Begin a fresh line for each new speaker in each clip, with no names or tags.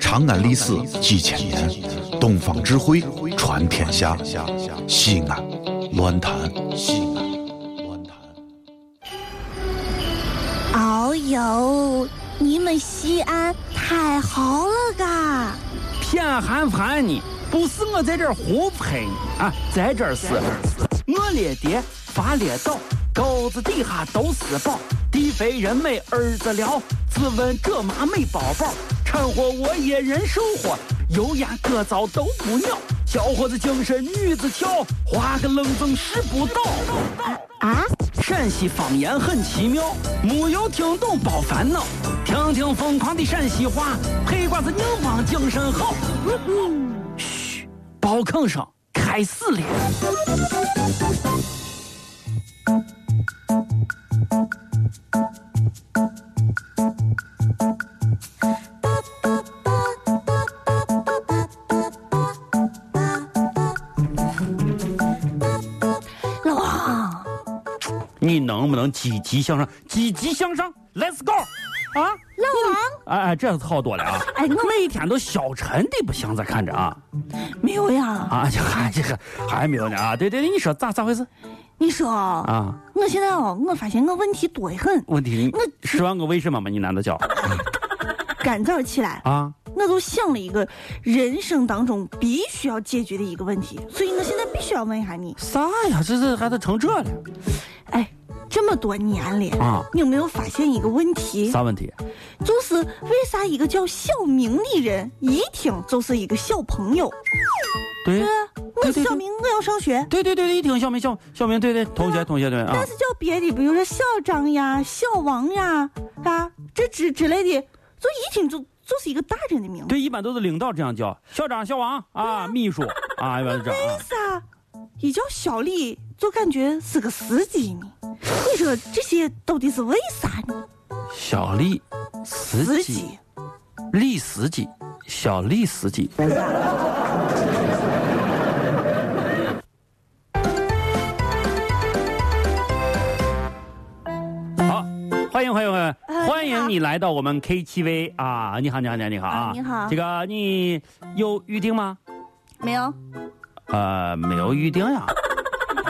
长安历史几千年，东方智慧传天下。西安，乱谈西安。乱谈。
哦呦，你们西安太好了嘎！
偏寒寒你，不是我在这儿胡喷你啊，在这儿是，我列爹发列倒，沟子底下都是宝，地肥人美儿子了，自问这妈没宝宝，掺和我也人生活，油盐各糟都不尿，小伙子精神女子俏，花个愣风拾不到。
啊，
陕西方言很奇妙，没有听懂别烦恼，听听疯狂的陕西话，黑瓜子硬邦精神好。嘘，包吭声开始了。
老王，
你能不能积极向上？积极向上，Let's go！啊，
老王，
哎哎，这样子好多了啊！
哎我
每天都消沉的不行，咱看着啊
没有呀？
啊，这还这个还没有呢啊！对对对，你说咋咋回事
你说，
啊？
我现在哦，我发现我问题多得很。
问题
我
十万个为什么嘛？你难道叫
干早起来，
啊？
我就想了一个人生当中必须要解决的一个问题，所以我现在必须要问一下你，
啥呀？这这还都成这了
哎，这么多年了，
啊？
你有没有发现一个问题？
啥问题？
就是为啥一个叫小明的人一听就是一个小朋友？
对
对啊，我是小明，我要上学。
对对对对，一听小明小小明，对对，同学同学对啊
但，是叫别的，比如说小张呀、小王呀、啊这之之类的，就一听就就是一个大人的名字。
对，一般都是领导这样叫，校长、校王啊，秘书 啊，一般是这样啊
为。啥一叫小李就感觉是个司机呢？你说这些到底是为啥呢？
小丽，司
司
机，
机，
李司机，小李司机，
嗯
好，欢迎欢迎欢
呃
迎欢迎你来到我们 KTV 啊！你好你好你好你好啊！
啊你好
这个你有预定吗？
没有
呃，没有预定呀。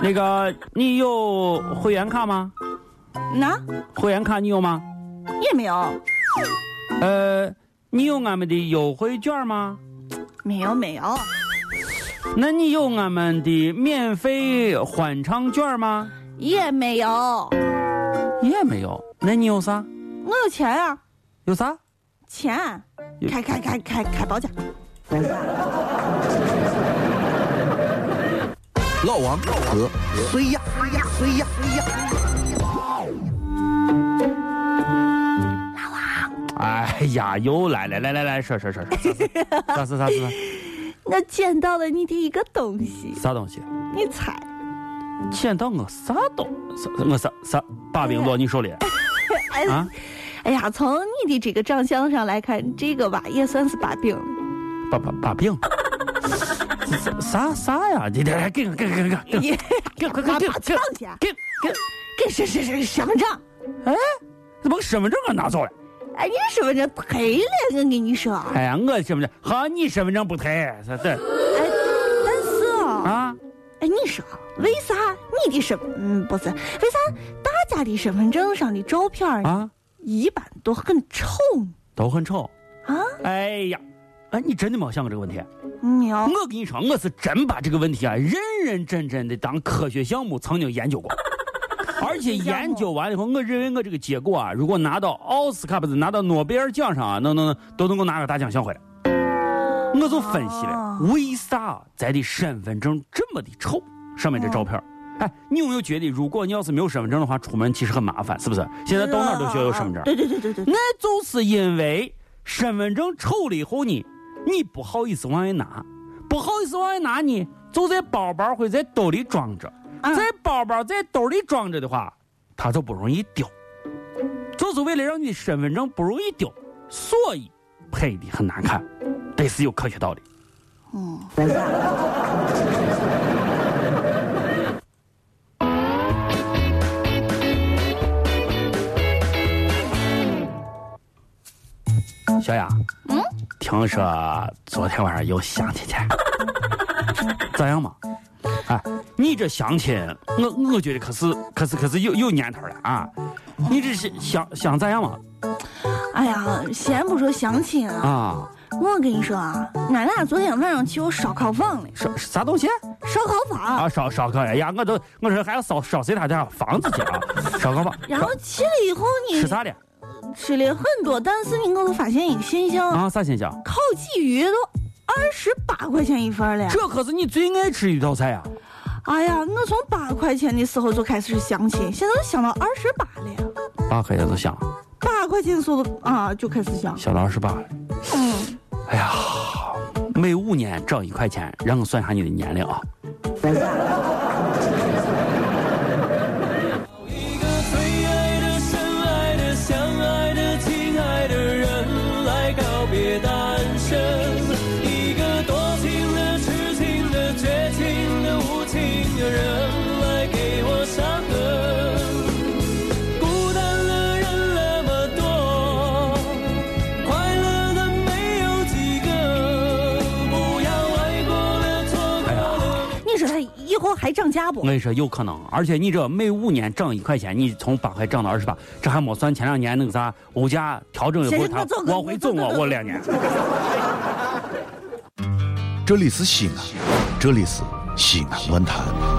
那个，你有会员卡吗？
那
会员卡你有吗？
也没有，
呃，你有俺们的优惠券吗？
没有没有
那你有俺们的免费欢唱券吗？
也没有，我
也没有。那你有啥？
有钱啊，
有啥？
钱
有
开开开开开包间。
老王和谁呀？谁呀？谁呀？
哎呀，又来了，来来来，说说说说，啥事啥事啥事？
我捡到了你的一个东西，
啥东西？
你猜？
捡到我啥东？啥我啥啥把柄落你手里？
哎、
啊，
哎呀，从你的这个长相上来看，这个吧也算是把柄了。
把把把柄？啥 啥啥呀？你这给我给我给我给我！
你
给 快
把
给
把
给
藏起来，
给给！
给谁谁谁身份证？
你把我身份证给啊我拿走了！
哎，你身份证赔了，我跟你说。哎，
哎呀，我身份证好，你身份证不退，这这
但是哦，
啊？
哎，你说为啥你的身嗯不是为啥大家的身份证上的照片儿
啊，
一般都很丑呢
都很丑。
啊？
哎呀，哎，你真的没有想过这个问题？
没有，
我跟你说，我是真把这个问题啊，认认真真的当科学项目曾经研究过。而且研究完了以后，我认为我这个结果啊，如果拿到奥斯卡不是拿到诺贝尔奖上啊，能能能都能够拿个大奖项回来。我就分析了
哦，
为啥咱的身份证这么的丑？上面这照片儿，哎，你有没有觉得，如果你要是没有身份证的话，出门其实很麻烦，是不是？现在到哪儿嗯都需要有身份证。
啊对对对对对，
那就是因为身份证丑了以后呢，你不好意思往外拿，不好意思往外拿呢，就在包包会在兜里装着，
嗯
在包包在兜里装着的话，它就不容易丢，就是为了让你的身份证不容易丢，所以拍的很难看，这是有科学道理。
嗯。
小雅，嗯，听说昨天晚上有相亲 去，咋样嘛？哎，你这相亲，我我觉得可是可是可是有有年头了啊！你这是想想咋样嘛？
哎呀，先不说相亲啊，
嗯啊，
我跟你说啊，俺俩昨天晚上去我烧烤房了，
啥啥东西？
烧烤房，
啊，烧烧烤呀！呀，我都我说还要烧烧谁他家房子去 啊？烧烤吧，
然后去了以后呢，
吃啥的？
吃了很多，但是呢，我就发现一个现象，
啊，啥现象？
烤鲫鱼都二十八块钱一份儿了。
这可是你最爱吃一道菜啊！
哎呀，我从八块钱的时候就开始相亲，现在都想到二十八了呀。
八块钱就香，
八块钱的时候都啊就开始想，
小老十八了。
嗯，
哎呀，每五年涨一块钱，让我算一下你的年龄啊！
一个最爱的、深爱的、相爱的、亲爱的人来告别单身，一个多情的、痴情的、绝情的、无情的人来给我伤痕。孤单的人那么多，快乐的没有几个，不要爱过了、错过了。
你说他以后还涨价
我
不？
跟你说有可能，而且你这每五年涨一块钱，你从八块涨到二十八，这还没算前两年那个啥物价调整以后，
先
它
我走
往回走我我两年。
这里是西安，这里是西安论坛。